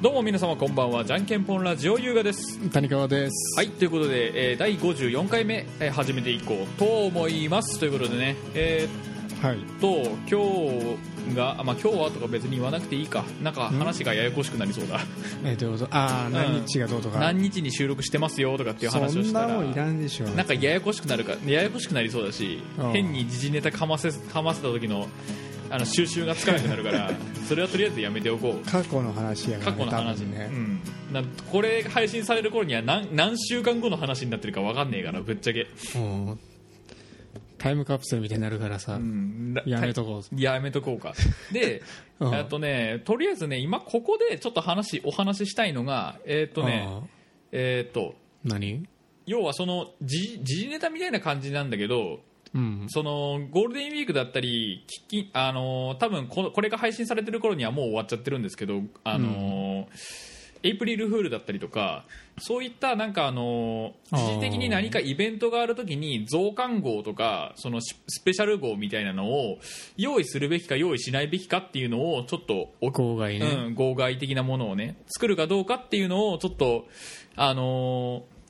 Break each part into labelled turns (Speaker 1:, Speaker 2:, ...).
Speaker 1: どうも皆様こんばんはじゃんけんぽんラジオ優雅です
Speaker 2: 谷川です、
Speaker 1: はいということで、えー第54回目、えー始めていこうと思いますということでねえ
Speaker 2: はい、
Speaker 1: ーっと今日があまあ今日はとか別に言わなくていいかなんか話がややこしくなりそうだ
Speaker 2: えー、ということああ何日がどうとか、
Speaker 1: 何日に収録してますよとかっていう話をしたら
Speaker 2: そんなもんいらんでしょ
Speaker 1: なんかややこしくなるかややこしくなりそうだし
Speaker 2: うん
Speaker 1: 変に時事ネタかませかませた時のあの収集がつかなくなるから それはとりあえずやめておこう
Speaker 2: 過去の話やか
Speaker 1: 過
Speaker 2: ら、ね、
Speaker 1: 去の話
Speaker 2: 多分
Speaker 1: ね
Speaker 2: ね、
Speaker 1: うん、なんこれ配信される頃には何何週間後の話になってるか分かんねえからぶっちゃけ、
Speaker 2: うんタイムカプセルみたいになるからさ、
Speaker 1: うんら
Speaker 2: やめとこう
Speaker 1: やめとこうかで、
Speaker 2: うん
Speaker 1: あとねとりあえずね今ここでちょっと話お話ししたいのがえーっ、とね
Speaker 2: ああ
Speaker 1: えーっ、と
Speaker 2: 何
Speaker 1: 要はその時事時事ネタみたいな感じなんだけど
Speaker 2: うん
Speaker 1: そのゴールデンウィークだったりききあのー多分このこれが配信されてる頃にはもう終わっちゃってるんですけどあのー、エイプリルフールだったりとかそういったなんかあのー
Speaker 2: あー
Speaker 1: 一時的に何かイベントがあるときに増刊号とかそのしスペシャル号みたいなのを用意するべきか用意しないべきかっていうのをちょっとお
Speaker 2: 郊外ね、
Speaker 1: うん、号外的なものをね作るかどうかっていうのをちょっとあのー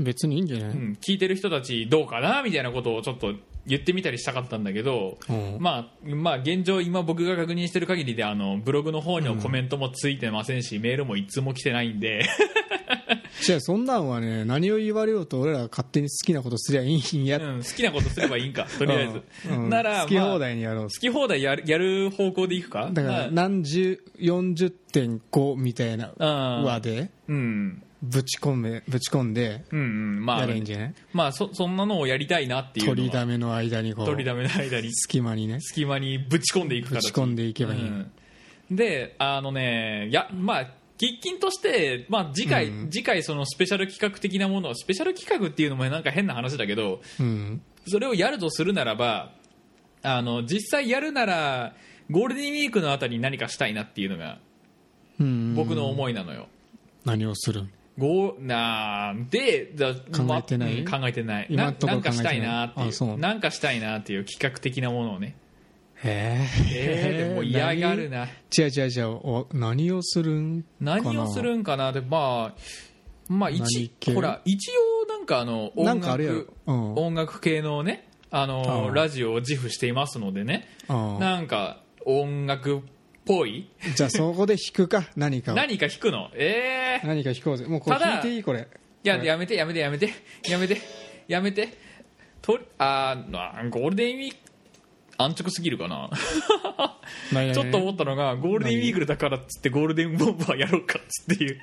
Speaker 2: 別にいいんじゃない、
Speaker 1: うん、聞いてる人たちどうかなみたいなことをちょっと言ってみたりしたかったんだけど、
Speaker 2: うん
Speaker 1: まあ、まあ現状今僕が確認してる限りであのブログの方にのコメントもついてませんし、メールもいつも来てないんで
Speaker 2: 違うそんなんはね何を言われようと俺らが勝手に好きなことすりゃいいんや、
Speaker 1: うん 好きなことすればいいんかとりあえず、
Speaker 2: うんうん
Speaker 1: なら
Speaker 2: 好き放
Speaker 1: まあ
Speaker 2: 題にやろう、
Speaker 1: 好き放題やるやる方向でいくか
Speaker 2: だから何十40.5みたいな
Speaker 1: あー
Speaker 2: 和で
Speaker 1: うん
Speaker 2: ぶち込めぶち込んで
Speaker 1: うんうんまあ
Speaker 2: やれんじゃない
Speaker 1: まあそそんなのをやりたいなっていうのは
Speaker 2: 取りだめの間にこう
Speaker 1: 取りだめの間に
Speaker 2: 隙間にね
Speaker 1: 隙間にぶち込んでいく
Speaker 2: ぶ
Speaker 1: 形
Speaker 2: ち込んでいけばいい、
Speaker 1: うんであのねいやまあ喫緊として、まあ、次回、
Speaker 2: うん
Speaker 1: 次回そのスペシャル企画的なものスペシャル企画っていうのもなんか変な話だけど
Speaker 2: うん
Speaker 1: それをやるとするならばあの実際やるならゴールデンウィークのあたりに何かしたいなっていうのが
Speaker 2: うん、
Speaker 1: 僕の思いなのよ、
Speaker 2: 何をする
Speaker 1: ごなーでだ
Speaker 2: 考えてない
Speaker 1: まうん考えてない
Speaker 2: 今
Speaker 1: なん
Speaker 2: とこ
Speaker 1: な
Speaker 2: ろ
Speaker 1: んかしたいなーって
Speaker 2: あ
Speaker 1: い
Speaker 2: そうう
Speaker 1: なんかしたいなーっていう企画的なものをね
Speaker 2: え
Speaker 1: え ー、でも嫌がるな
Speaker 2: 違う違う違うお何をするん
Speaker 1: 何をするんかなでまあまあ一
Speaker 2: 何系
Speaker 1: ほら一応なんかあの音楽
Speaker 2: なんかあれやろうん
Speaker 1: 音楽系のねあの
Speaker 2: うん
Speaker 1: ラジオを自負していますのでね
Speaker 2: あ
Speaker 1: なんか音楽っぽい
Speaker 2: あじゃあそこで弾くか何かを
Speaker 1: 何か弾くのええ
Speaker 2: 何か弾こうぜもうこれ
Speaker 1: ただ
Speaker 2: 弾いていいこれ
Speaker 1: いややめてやめてやめてやめてやめてとあーまあゴールデンウィーク安直すぎるかな
Speaker 2: 何
Speaker 1: ちょっと思ったのがゴールデンウィークだからっつってゴールデンボンバーやろうかっつっていう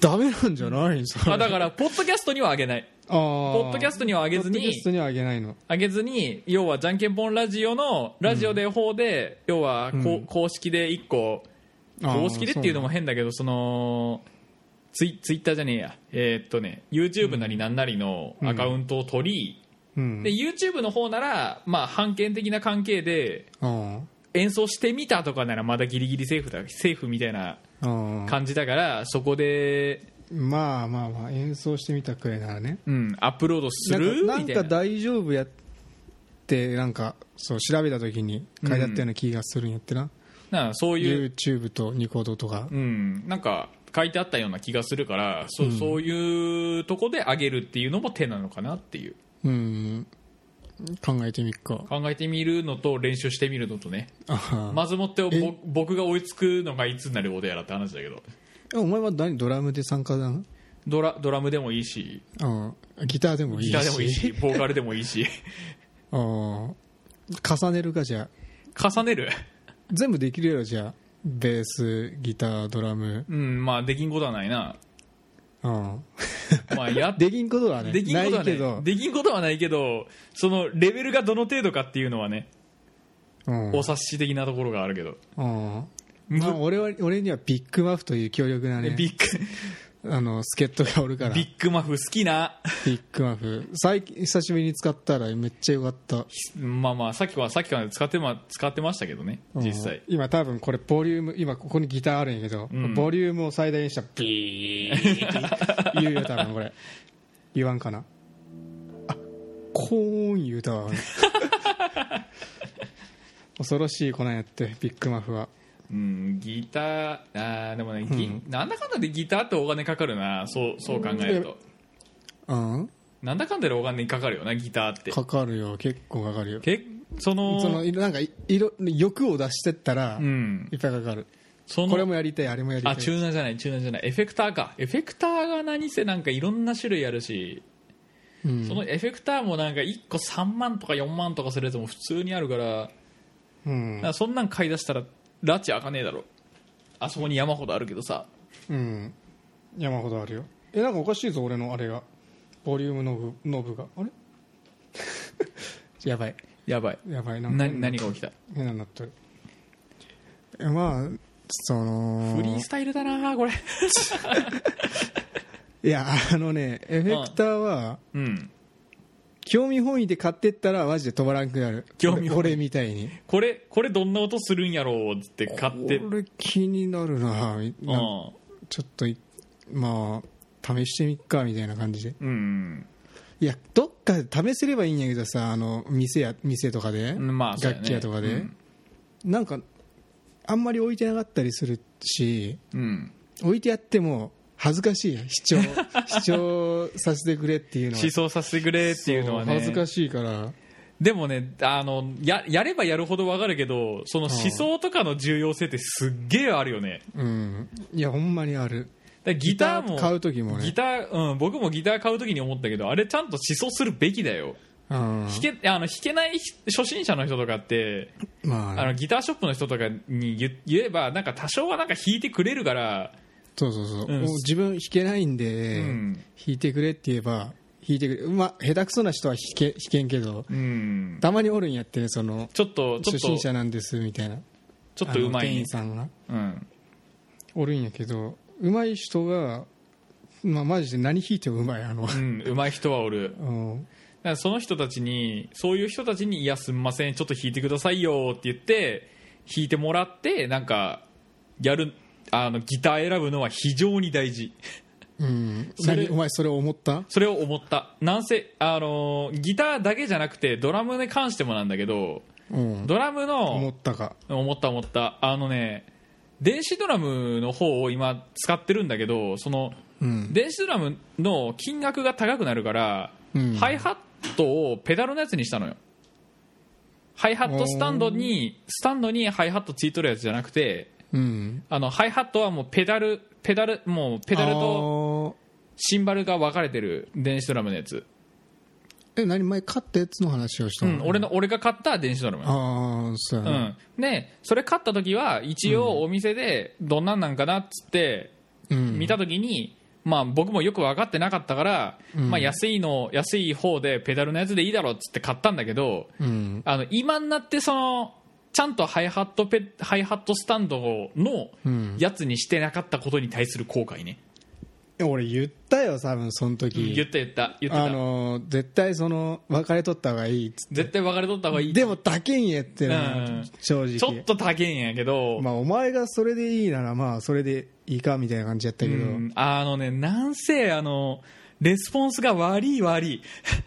Speaker 2: ダメなんじゃないそれ
Speaker 1: あだからポッドキャストにはあげないポ
Speaker 2: ポ
Speaker 1: ッドキャストにはあげず
Speaker 2: ポッドキャ
Speaker 1: に
Speaker 2: ストにはあげないの
Speaker 1: 上げずに要はじゃんけんぽんラジオのラジオで方で、要はこう、
Speaker 2: うん
Speaker 1: 公式で1個
Speaker 2: あー
Speaker 1: 公式でっていうのも変だけどそのツイツイッターじゃねえやえーっとね YouTube なりなんなりのアカウントを取り、
Speaker 2: うん
Speaker 1: で YouTube の方ならまあ版権的な関係で
Speaker 2: あ
Speaker 1: 演奏してみたとかならまだギリギリセーフだセーフみたいな
Speaker 2: あああ
Speaker 1: 感じだからそこで、
Speaker 2: まあまあまあ演奏してみたくらいならね
Speaker 1: うん、アップロードする
Speaker 2: なんかな
Speaker 1: み
Speaker 2: ん
Speaker 1: たい
Speaker 2: か
Speaker 1: な
Speaker 2: 大丈夫やってなんかそう調べた時に書いてあったような気がするんやってな、
Speaker 1: なんかそういう
Speaker 2: YouTube とニコ動とか
Speaker 1: うん、なんか書いてあったような気がするからそ,、うそういうとこで上げるっていうのも手なのかなっていう
Speaker 2: うん考えてみっか
Speaker 1: 考えてみるのと練習してみるのとね
Speaker 2: あ、
Speaker 1: まずもってぼ
Speaker 2: え
Speaker 1: 僕が追いつくのがいつになることやらって話だけど
Speaker 2: えお前は何ドラムで参加なの
Speaker 1: ドラドラムでもいいし
Speaker 2: うんギターでもいいし
Speaker 1: ギターでもいい しボーカルでもいいし
Speaker 2: うん重ねるかじゃあ
Speaker 1: 重ねる
Speaker 2: 全部できるよじゃあベースギタードラム
Speaker 1: うんまあできんことはないな、
Speaker 2: うん
Speaker 1: まあ、や
Speaker 2: できんことはね
Speaker 1: できんことは
Speaker 2: な
Speaker 1: いな
Speaker 2: け
Speaker 1: い
Speaker 2: ど
Speaker 1: できんことはないけどそのレベルがどの程度かっていうのはね、
Speaker 2: うん
Speaker 1: お察し的なところがあるけど、
Speaker 2: うんまあ、俺は俺にはビッグマフという強力なね
Speaker 1: ビッグ
Speaker 2: あの助っ人がおるから
Speaker 1: ビッグマフ好きな
Speaker 2: ビッグマフ最近久しぶりに使ったらめっちゃ良かった
Speaker 1: まあまあさっきはさっきから使ってま使ってましたけどね実
Speaker 2: うん
Speaker 1: 際、
Speaker 2: 今多分これボリューム今ここにギターあるんやけど、
Speaker 1: ん
Speaker 2: ボリュームを最大にしたらビーって 言うよ多分これ言わんかなあコーン言うた わ俺恐ろしい子なんやってビッグマフは
Speaker 1: うんギターあーでもね、ぎなんだかんだでギターってお金かかるなそうそう考えると、
Speaker 2: うん
Speaker 1: なんだかんだでお金かかるよなギターって
Speaker 2: かかるよ結構かかるよ
Speaker 1: けその
Speaker 2: そのいなんかいいろ欲を出してったら、
Speaker 1: うん
Speaker 2: いっぱいかかる
Speaker 1: その
Speaker 2: これもやりたいあれもやりたい
Speaker 1: あチューナーじゃないチューナーじゃないエフェクターかエフェクターが何せなんかいろんな種類あるし、
Speaker 2: うん
Speaker 1: そのエフェクターもなんか1個3万とか4万とかするやつも普通にあるから
Speaker 2: うん
Speaker 1: なんかそんなん買い出したら拉致開かねえだろあそこに山ほどあるけどさ
Speaker 2: うん山ほどあるよえなんかおかしいぞ俺のあれがボリュームノブノブがあれ やばい
Speaker 1: やばい
Speaker 2: やばいなんか
Speaker 1: な何が起きた
Speaker 2: 変なのなってるえまあその
Speaker 1: フリースタイルだなこれ
Speaker 2: いやあのねエフェクターは
Speaker 1: うん
Speaker 2: 興味本位で買ってったらマジで止まらなくなる
Speaker 1: 興味本位
Speaker 2: 俺俺みたいに
Speaker 1: これこれどんな音するんやろうって買って
Speaker 2: これ気になるなみ
Speaker 1: う
Speaker 2: なんちょっといまあ試してみっかみたいな感じで
Speaker 1: うん
Speaker 2: いやどっかで試せればいいんやけどさあの店や店とかで、
Speaker 1: まあそうや
Speaker 2: 楽
Speaker 1: ね
Speaker 2: 器屋とかで、
Speaker 1: うん
Speaker 2: なんかあんまり置いてなかったりするし
Speaker 1: うん
Speaker 2: 置いてやっても恥ずかしいやん 視聴視聴させてくれっていうのは
Speaker 1: 思想させてくれっていうのはね
Speaker 2: そう恥ずかしいから
Speaker 1: でもねあのややればやるほど分かるけどその思想とかの重要性ってすっげえあるよね
Speaker 2: うんいやほんまにある
Speaker 1: だからギターも
Speaker 2: ギター買う時もね
Speaker 1: ギター、うん、僕もギター買う時に思ったけどあれちゃんと思想するべきだよ
Speaker 2: うん
Speaker 1: 弾けあの弾けない人初心者の人とかって
Speaker 2: まあ
Speaker 1: あのギターショップの人とかに言言えばなんか多少はなんか弾いてくれるから
Speaker 2: そうそうそう、
Speaker 1: うん
Speaker 2: もう自分弾けないんで、
Speaker 1: うん
Speaker 2: 弾いてくれって言えば弾いてくれまあ下手くそな人は弾け弾けんけど
Speaker 1: うん
Speaker 2: たまにおるんやってねその
Speaker 1: ちょっとちょ
Speaker 2: 初
Speaker 1: っ
Speaker 2: 心
Speaker 1: と
Speaker 2: 者なんですみたいな
Speaker 1: ちょっとうま
Speaker 2: あの店
Speaker 1: いね
Speaker 2: 員さんが
Speaker 1: うん
Speaker 2: おるんやけどうまい人が、まあ、マジで何弾いてもうまいあの
Speaker 1: うん、うまい人はおる
Speaker 2: うん
Speaker 1: だからその人たちにそういう人たちに「いやすんませんちょっと弾いてくださいよ」って言って弾いてもらってなんかやるあのギター選ぶのは非常に大事
Speaker 2: うん
Speaker 1: それ
Speaker 2: 何お前それ思った
Speaker 1: それを思ったなんせあのギターだけじゃなくてドラムに関してもなんだけど
Speaker 2: うん
Speaker 1: ドラム
Speaker 2: 思
Speaker 1: の
Speaker 2: ったか
Speaker 1: 思った思ったあのね電子ドラムの方を今使ってるんだけどその
Speaker 2: うん
Speaker 1: 電子ドラムの金額が高くなるから、
Speaker 2: うん
Speaker 1: ハイハットをペダルのやつにしたのよハイハットスタンドにスタンドにハイハットついとるやつじゃなくて
Speaker 2: うん
Speaker 1: あのハイハットはもうペダルペダルもうペダルとシンバルが分かれてる電子ドラムのやつ、
Speaker 2: あーえ何前買ったやつの話をした
Speaker 1: うん、俺
Speaker 2: の
Speaker 1: の俺が買った電子ドラム
Speaker 2: ああそうや
Speaker 1: う
Speaker 2: な、
Speaker 1: ん、でそれ買った時は一応お店でどんなんなんかなっつって
Speaker 2: うん
Speaker 1: 見た時に、まあ、僕もよく分かってなかったから、
Speaker 2: うん
Speaker 1: まあ、安いの安い方でペダルのやつでいいだろうっつって買ったんだけど
Speaker 2: うん
Speaker 1: あの今になってそのちゃんとハイハットペハイハットスタンドの
Speaker 2: うん
Speaker 1: やつにしてなかったことに対する後悔ね、
Speaker 2: 俺言ったよ多分その時
Speaker 1: 言った言った言って
Speaker 2: あ
Speaker 1: た
Speaker 2: のー絶対その別れとった方がいいっつっ
Speaker 1: 絶対別れとった方がいい
Speaker 2: でも高いんやってな、
Speaker 1: うん
Speaker 2: 正直
Speaker 1: ちょっと高いんやけど、
Speaker 2: まあお前がそれでいいならまあそれでいいかみたいな感じやったけど、
Speaker 1: うんあのねなんせあのレスポンスが悪い悪い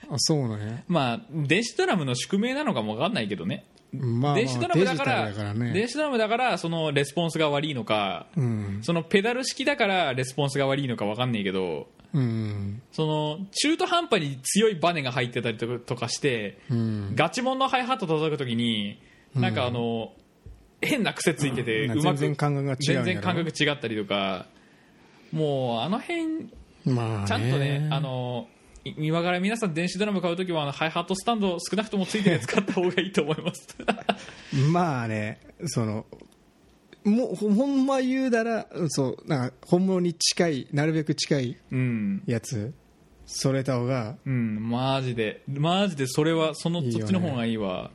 Speaker 2: あそうなんや
Speaker 1: まあ電子ドラムの宿命なのかも分かんないけどね
Speaker 2: まあまあ
Speaker 1: 電子ドラムだか
Speaker 2: デ
Speaker 1: ら
Speaker 2: ジタルだからね
Speaker 1: 電子ドラムだからそのレスポンスが悪いのか、
Speaker 2: うん
Speaker 1: そのペダル式だからレスポンスが悪いのか分かんないけど
Speaker 2: うん
Speaker 1: その中途半端に強いバネが入ってたりとかとかして、
Speaker 2: うん
Speaker 1: ガチモンのハイハット叩く時になんかあの、変な癖ついてて、
Speaker 2: うん
Speaker 1: うまく
Speaker 2: 全然感覚が違うんやろ
Speaker 1: 全然感覚違ったりとかもうあの辺
Speaker 2: まあ
Speaker 1: ちゃんとね、あのい今から皆さん電子ドラム買うときはあのハイハットスタンド少なくともついてるやつ買った方がいいと思います
Speaker 2: まあねそのもうほほんま言うならそうなんか本物に近いなるべく近い
Speaker 1: うん
Speaker 2: やつそれた方が
Speaker 1: うんマジでマジでそれはその
Speaker 2: いいよ
Speaker 1: そ
Speaker 2: ね
Speaker 1: っちの方がいいわ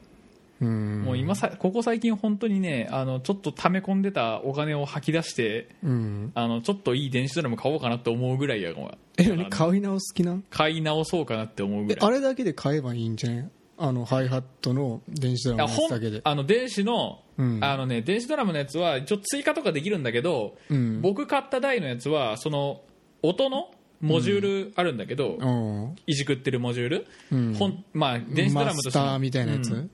Speaker 2: うん
Speaker 1: もう今さここ最近本当にねあのちょっと溜め込んでたお金を吐き出して
Speaker 2: うん
Speaker 1: あのちょっといい電子ドラム買おうかなって思うぐらいやもう
Speaker 2: え何買い直す気なん
Speaker 1: 買い直そうかなって思うぐ
Speaker 2: え
Speaker 1: らい
Speaker 2: あれだけで買えばいいんじゃないあのハイハットの電子ドラムのやつだけで
Speaker 1: あの電子の,、
Speaker 2: うん
Speaker 1: あのね、電子ドラムのやつは一応追加とかできるんだけど、
Speaker 2: うん
Speaker 1: 僕買った台のやつはその音のモジュールあるんだけど、
Speaker 2: うん
Speaker 1: いじくってるモジュール、
Speaker 2: うん
Speaker 1: ほんまあ、電子ドラ
Speaker 2: マ
Speaker 1: ムと
Speaker 2: ス
Speaker 1: して
Speaker 2: ター
Speaker 1: の
Speaker 2: みたいなやつ、
Speaker 1: うん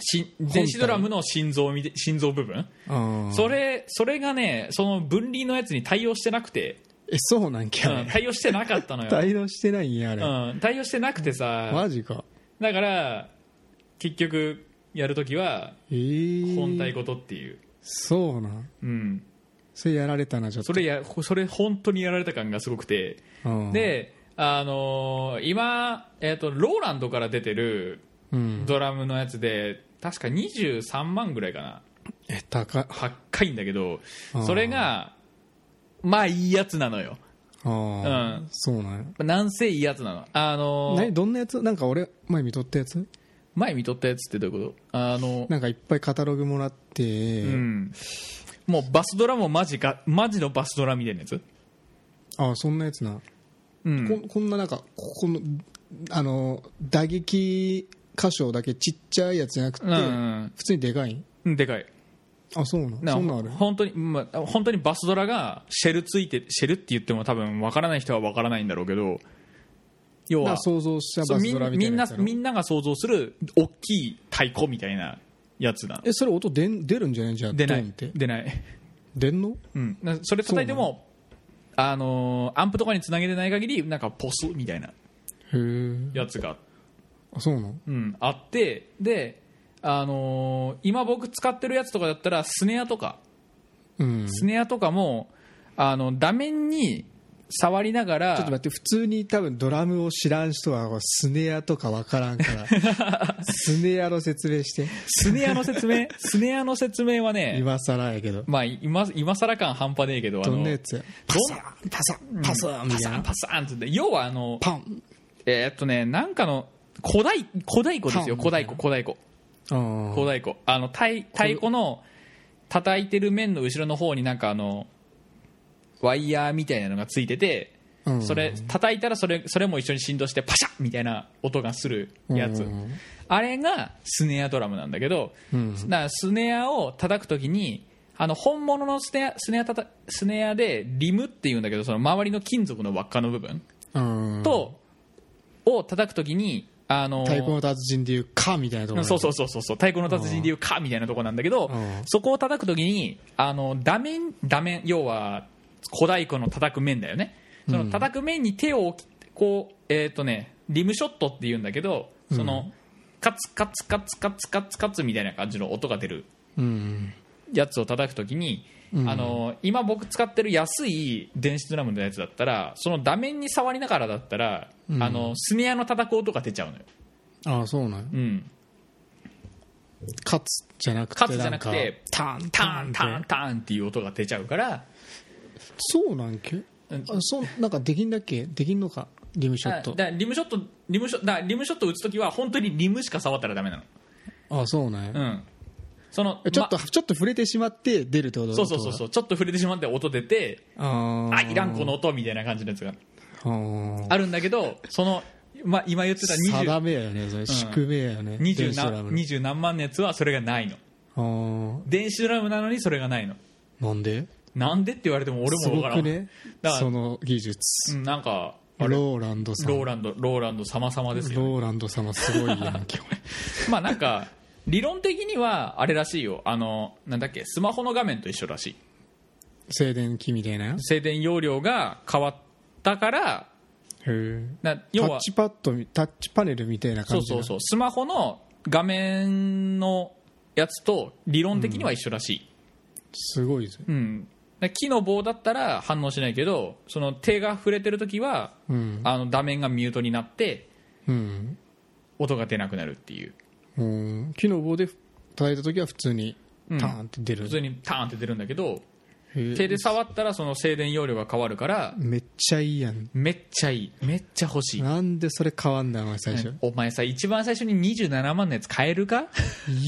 Speaker 1: し電子ドラムの心臓みで心臓部分
Speaker 2: あ
Speaker 1: そ
Speaker 2: れ
Speaker 1: れそれがねその分離のやつに対応してなくて、
Speaker 2: えそうなんき
Speaker 1: う
Speaker 2: ゃ
Speaker 1: ん、
Speaker 2: ね
Speaker 1: 対応してなかったのよ、
Speaker 2: 対応してないんやあれ、
Speaker 1: うん、対応してなくてさ
Speaker 2: マジか
Speaker 1: だから結局やるときは
Speaker 2: えー、
Speaker 1: 本体ごとっていう、
Speaker 2: そうなん
Speaker 1: うん、
Speaker 2: それやられたなちょっ
Speaker 1: そ
Speaker 2: と
Speaker 1: れやそれ本当にやられた感がすごくて
Speaker 2: うん
Speaker 1: で、あのー今、えー、とローランドから出てる
Speaker 2: うん、
Speaker 1: ドラムのやつで確か23万ぐらいかな
Speaker 2: え高っ
Speaker 1: 高いんだけど
Speaker 2: あー
Speaker 1: それがまあいいやつなのよ
Speaker 2: ああ、
Speaker 1: うん
Speaker 2: そうなんや
Speaker 1: なんせいいやつなのあの
Speaker 2: 何どんなやつなんか俺前見とったやつ
Speaker 1: 前見とったやつってどういうことあの
Speaker 2: なんかいっぱいカタログもらって、
Speaker 1: うんもうバスドラもマジかマジのバスドラみたいなやつ
Speaker 2: ああそんなやつな、
Speaker 1: うん
Speaker 2: こんこんななんかここのあの打撃箇所だけちっちゃいやつじゃなくて、
Speaker 1: うんうん
Speaker 2: 普通にでかいん
Speaker 1: うんでかい
Speaker 2: あそうなんそんなんある
Speaker 1: 本当に、まあ、本当にバスドラがシェルついてシェルって言っても多分わからない人はわからないんだろうけど要
Speaker 2: だか
Speaker 1: は
Speaker 2: ら想像した
Speaker 1: そう
Speaker 2: バス
Speaker 1: み
Speaker 2: ドラ
Speaker 1: ん
Speaker 2: みた
Speaker 1: み
Speaker 2: い
Speaker 1: ん
Speaker 2: なや
Speaker 1: な
Speaker 2: つやろ
Speaker 1: みんなが想像する大きい太鼓みたいなやつなの
Speaker 2: えそれ音出ん出るんじゃないじゃん
Speaker 1: 出な
Speaker 2: ドンっ
Speaker 1: い
Speaker 2: て
Speaker 1: 出ない、
Speaker 2: 出んの
Speaker 1: うん、なそれ叩いてもあのーアンプとかにつなげてない限りなんかポスみたいな
Speaker 2: へえ
Speaker 1: やつが、
Speaker 2: あそうなん
Speaker 1: うん、あってで、あのー今僕使ってるやつとかだったらスネアとか
Speaker 2: うんち
Speaker 1: スネアとかもあの画面に触りながら
Speaker 2: ょっと待って普通に多分ドラムを知らん人はスネアとかわからんから スネアの説明して
Speaker 1: スネアの説 明スネアの説明はね
Speaker 2: 今更やけど
Speaker 1: まあ今今更感半端ねえけどあ
Speaker 2: どん
Speaker 1: の
Speaker 2: なやつや
Speaker 1: パサ
Speaker 2: ンパサンパサン
Speaker 1: パサンパサンって言って要はあの
Speaker 2: パン
Speaker 1: えーっとねなんかの古代古代鼓ですよ
Speaker 2: パン
Speaker 1: 古代鼓古代鼓
Speaker 2: あー
Speaker 1: 古代鼓あの太太鼓の叩いてる面の後ろの方になんかあのワイヤーみたいなのがついてて
Speaker 2: うん
Speaker 1: それ叩いたらそれそれも一緒に振動してパシャッみたいな音がするやつ
Speaker 2: うん
Speaker 1: あれがスネアドラムなんだけど
Speaker 2: うん
Speaker 1: だからスネアを叩くときにあの本物のスネアスネアたたスネアでリムっていうんだけどその周りの金属の輪っかの部分
Speaker 2: うん
Speaker 1: と、を叩くときにあの
Speaker 2: 太鼓の達人でいうかみたいなところ
Speaker 1: そうそうそうそうそう太鼓の達人でいうかみたいなとこなんだけど
Speaker 2: うん
Speaker 1: そこを叩くときにあの打面打面要は小太鼓の叩く面だよねその叩く面に手を置きこうえっ、とねリムショットっていうんだけどその、カツカツカツカツカツカツみたいな感じの音が出る
Speaker 2: うん
Speaker 1: やつを叩くときに、
Speaker 2: うん
Speaker 1: あの今僕使ってる安い電子ドラムのやつだったらその打面に触りながらだったら、
Speaker 2: うん
Speaker 1: あのスネアの叩く音が出ちゃうのよ、
Speaker 2: ああそうなん
Speaker 1: うん、
Speaker 2: カツじゃなくて
Speaker 1: カツじゃなくて
Speaker 2: なんかタン
Speaker 1: ターンター
Speaker 2: ン
Speaker 1: ン
Speaker 2: って
Speaker 1: ターンっていう音が出ちゃうから
Speaker 2: そうなんけ
Speaker 1: うん
Speaker 2: あそうなんかできんだっけできんのかリムショッ
Speaker 1: だ
Speaker 2: ト
Speaker 1: だリムショットリムショだリムショット打つときは本当にリムしか触ったらダメなの、
Speaker 2: ああそうなん
Speaker 1: う
Speaker 2: や
Speaker 1: ん、その
Speaker 2: えちょっとちょっと触れてしまって出るってこと
Speaker 1: まそうそうそうそううちょっと触れてしまって音出て
Speaker 2: あー
Speaker 1: あいらんこの音みたいな感じのやつが
Speaker 2: あー
Speaker 1: あるんだけどその、ま、今言ってた20
Speaker 2: 定めやよねそれ宿命やよね
Speaker 1: 二十
Speaker 2: 電子ドラ
Speaker 1: 何
Speaker 2: ム
Speaker 1: 二十何万のやつはそれがないの
Speaker 2: の
Speaker 1: 電子ドラムなのにそれがないの
Speaker 2: あーなんで
Speaker 1: なんでって言われても俺
Speaker 2: す
Speaker 1: も
Speaker 2: ご
Speaker 1: わからん、
Speaker 2: くね
Speaker 1: だから
Speaker 2: その技術
Speaker 1: うんなんかあ
Speaker 2: ロ
Speaker 1: れロ
Speaker 2: ーランドさん
Speaker 1: ーランドローランド様々ですよ、ね、
Speaker 2: ローランド様すごいや んけ
Speaker 1: まあなんか理論的にはあれらしいよあのなんだっけスマホの画面と一緒らしい
Speaker 2: 静電気みたいなへ
Speaker 1: 静電容量が変わったから
Speaker 2: え
Speaker 1: な
Speaker 2: タ
Speaker 1: 要
Speaker 2: ッ
Speaker 1: は
Speaker 2: チパッドみタッチパネルみたいな
Speaker 1: そ
Speaker 2: 感
Speaker 1: う
Speaker 2: じ
Speaker 1: そうそううスマホの画面のやつと理論的には一緒らしい、
Speaker 2: すごいぜ
Speaker 1: うん、で木の棒だったら反応しないけどその手が触れてる時は、
Speaker 2: うん
Speaker 1: あの画面がミュートになって
Speaker 2: うん
Speaker 1: 音が出なくなるっていう
Speaker 2: うん木の棒で叩いた時は普通に
Speaker 1: うん
Speaker 2: ターンって出る
Speaker 1: 普通にターンって出るんだけど
Speaker 2: へえ
Speaker 1: 手で触ったらその静電容量が変わるから
Speaker 2: めっちゃいいやん
Speaker 1: めっちゃいいめっちゃ欲しい、
Speaker 2: なんでそれ変わんだお前最初
Speaker 1: お前さ一番最初に27万のやつ買える か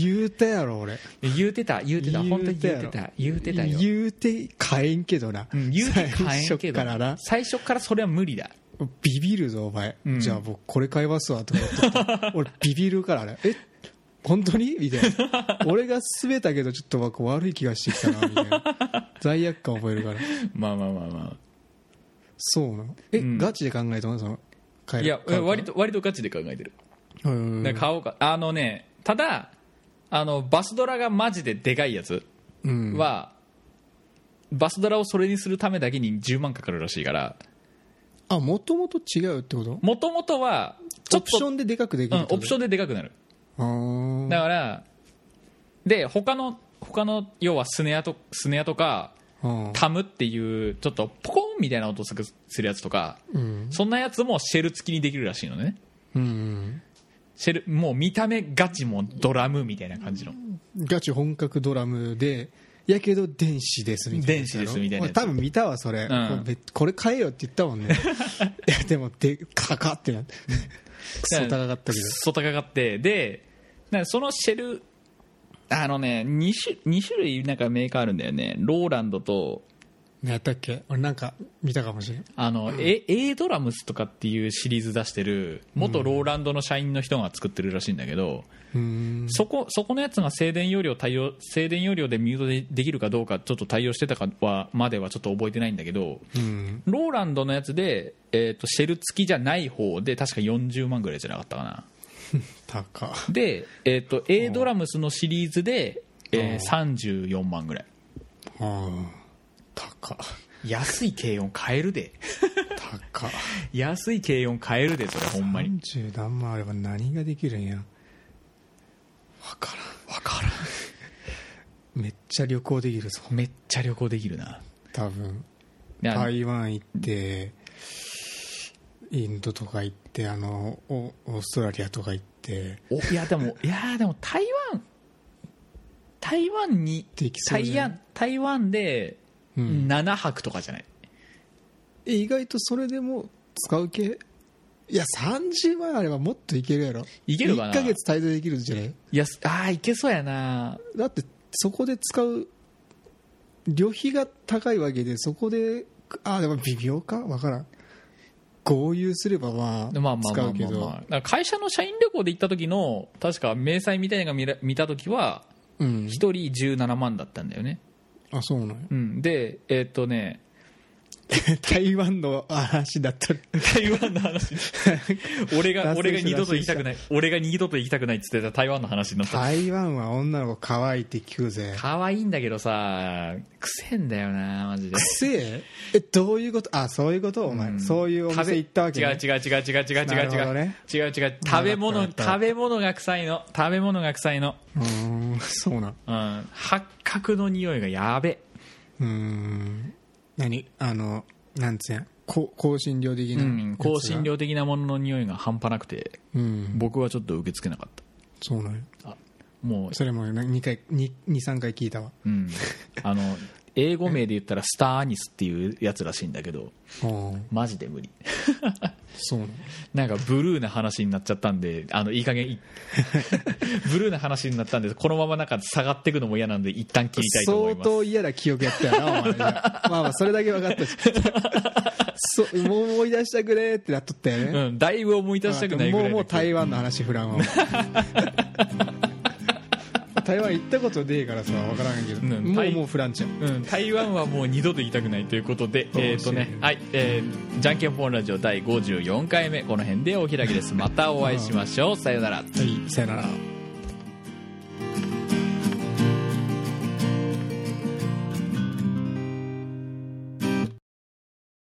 Speaker 2: 言うたやろ俺
Speaker 1: 言うてた言うてた
Speaker 2: 言うて
Speaker 1: 本
Speaker 2: たよ
Speaker 1: 当に言うてた言うてたよ
Speaker 2: 言うて買えんけどな
Speaker 1: うん言うて買えんけ
Speaker 2: 最初
Speaker 1: ど
Speaker 2: からな
Speaker 1: 最初からそれは無理だ
Speaker 2: ビビるぞお前、
Speaker 1: うん
Speaker 2: じゃあ僕これ買いますわとか言っ てた俺ビビるからあれえ本当にみたいな俺が滑ったけどちょっとなんか悪い気がしてきたなみた いな罪悪感覚えるから
Speaker 1: まあまあまあま
Speaker 2: そうなのえ、
Speaker 1: うん
Speaker 2: ガチで考えたのその
Speaker 1: あ
Speaker 2: 買
Speaker 1: い
Speaker 2: える
Speaker 1: や
Speaker 2: 買うか
Speaker 1: 割と割とガチで考えてる
Speaker 2: うん
Speaker 1: だから買おうかあのねただあのバスドラがマジででかいやつ
Speaker 2: うん、
Speaker 1: は、バスドラをそれにするためだけに10万かかるらしいから
Speaker 2: あもともと違うってこと
Speaker 1: もともとはちょ
Speaker 2: オ
Speaker 1: っ
Speaker 2: プシ
Speaker 1: と
Speaker 2: ョンででかくでき
Speaker 1: う
Speaker 2: る
Speaker 1: ん
Speaker 2: ってこと
Speaker 1: オプションででかくなる
Speaker 2: あー
Speaker 1: だからで他の他の要はスネアとスネアとか
Speaker 2: あー
Speaker 1: タムっていうちょっとポコンみたいな音するやつとか
Speaker 2: うん
Speaker 1: そんなやつもシェル付きにできるらしいのね
Speaker 2: うん
Speaker 1: シェルもう見た目ガチもドラムみたいな感じの
Speaker 2: ガチ本格ドラムでやけど電子ですみたいなやつだろ
Speaker 1: 電子ですみたいなや
Speaker 2: 俺
Speaker 1: つ
Speaker 2: 多分見たわそれ、
Speaker 1: ん
Speaker 2: これこれ買えよって言ったもん ねいやでもでかかってなってクソ高かったけど
Speaker 1: クソ高かってでなんかそのシェルあのね 2, 種2種類なんかメーカーあるんだよねローランドと
Speaker 2: 何やったっけ俺なんか見たかもしれん
Speaker 1: あの、A, A ドラムスとかっていうシリーズ出してる元ローランドの社員の人が作ってるらしいんだけど、
Speaker 2: うーん
Speaker 1: そこそこのやつが静電容量対応静電容量でミュートでできるかどうかちょっと対応してたかはまではちょっと覚えてないんだけど
Speaker 2: うん
Speaker 1: ローランドのやつで、えー、とシェル付きじゃない方で確か40万ぐらいじゃなかったかな
Speaker 2: 高
Speaker 1: で、えー、と A ドラムスのシリーズで、えー34万ぐらい
Speaker 2: あ高
Speaker 1: 安い軽音買えるで
Speaker 2: 高
Speaker 1: 安い軽音買えるでそれほんまに
Speaker 2: 40何万あれば何ができるんや分からん分からんめっちゃ旅行できるぞ
Speaker 1: めっちゃ旅行できるな
Speaker 2: 多分
Speaker 1: いや
Speaker 2: 台湾行ってインドとか行ってあのオオーストラリアとか行って
Speaker 1: おいやでもいやでも台湾台湾に
Speaker 2: できそう
Speaker 1: 台
Speaker 2: じゃん
Speaker 1: 湾台湾で
Speaker 2: うん
Speaker 1: 7泊とかじゃない、
Speaker 2: え意外とそれでも使う系いや30万あればもっといけるやろ
Speaker 1: いけるかな
Speaker 2: 1ヶ月滞在できるんじゃない
Speaker 1: いやすああいけそうやな
Speaker 2: だってそこで使う旅費が高いわけでそこでああでも微妙かわからん合流すればま
Speaker 1: まあ
Speaker 2: あ
Speaker 1: まあま
Speaker 2: 使
Speaker 1: あ
Speaker 2: うけ
Speaker 1: まあ、まあ
Speaker 2: ど
Speaker 1: だから会社の社員旅行で行った時の確か明細みたいなのが見ら見た時は
Speaker 2: うん
Speaker 1: 1人17万だったんだよね、
Speaker 2: あそうなんや
Speaker 1: うん、でえーっとね
Speaker 2: 台湾の話だったら
Speaker 1: 台湾の 話俺が俺が二度と行きたくない俺が二度と行きたくないっつってた台湾の話になった
Speaker 2: 台湾は女の子可愛いって聞くぜ
Speaker 1: 可愛いんだけどさくせえんだよなマジで
Speaker 2: くせええどういうことあそういうことお前、そういうお
Speaker 1: 食
Speaker 2: 店
Speaker 1: べ
Speaker 2: 行ったわけ、
Speaker 1: 違う違う違う違う違う違う
Speaker 2: なるほ
Speaker 1: 違う、
Speaker 2: どね
Speaker 1: 違う違う食べ物
Speaker 2: わかったわかっ
Speaker 1: 食
Speaker 2: た
Speaker 1: べ物が臭いの食べ物が臭いの、
Speaker 2: うーんそうなん
Speaker 1: うん、八角の匂いがやべ
Speaker 2: うーん何あのなんつうんやこ香辛料的
Speaker 1: う
Speaker 2: な、
Speaker 1: ん香辛料的なものの匂いが半端なくて
Speaker 2: うん
Speaker 1: 僕はちょっと受け付けなかっ
Speaker 2: そうなんや
Speaker 1: たあもう、
Speaker 2: それも2回23回聞いたわ
Speaker 1: うん、あの英語名で言ったらスターアニスっていうやつらしいんだけどマジで無理
Speaker 2: そうなの
Speaker 1: なんかブルーな話になっちゃったんであのいい加減 いブルーな話になったんでこのままなんか下がっていくのも嫌なんで一旦切りたいと思い
Speaker 2: 相
Speaker 1: ます
Speaker 2: 当嫌な記憶やったよなお 前じゃあまあまあそれだけ分かったしそうもう思い出したくねーってなっとったよね、
Speaker 1: うん、だいぶ思い出したくないぐらい
Speaker 2: もう
Speaker 1: の
Speaker 2: もう台湾の話フランは 台湾行ったことねえからさ分からんけど、
Speaker 1: ん
Speaker 2: も
Speaker 1: 台
Speaker 2: うもうフランちゃん
Speaker 1: うん、台湾はもう二度と行きたくないということで、
Speaker 2: う
Speaker 1: えっ、とね
Speaker 2: そう、
Speaker 1: はい、えー、じゃんけんぽんラジオ第54回目、この辺でお開きです。またお会いしましょう。さようなら。
Speaker 2: はいさよなら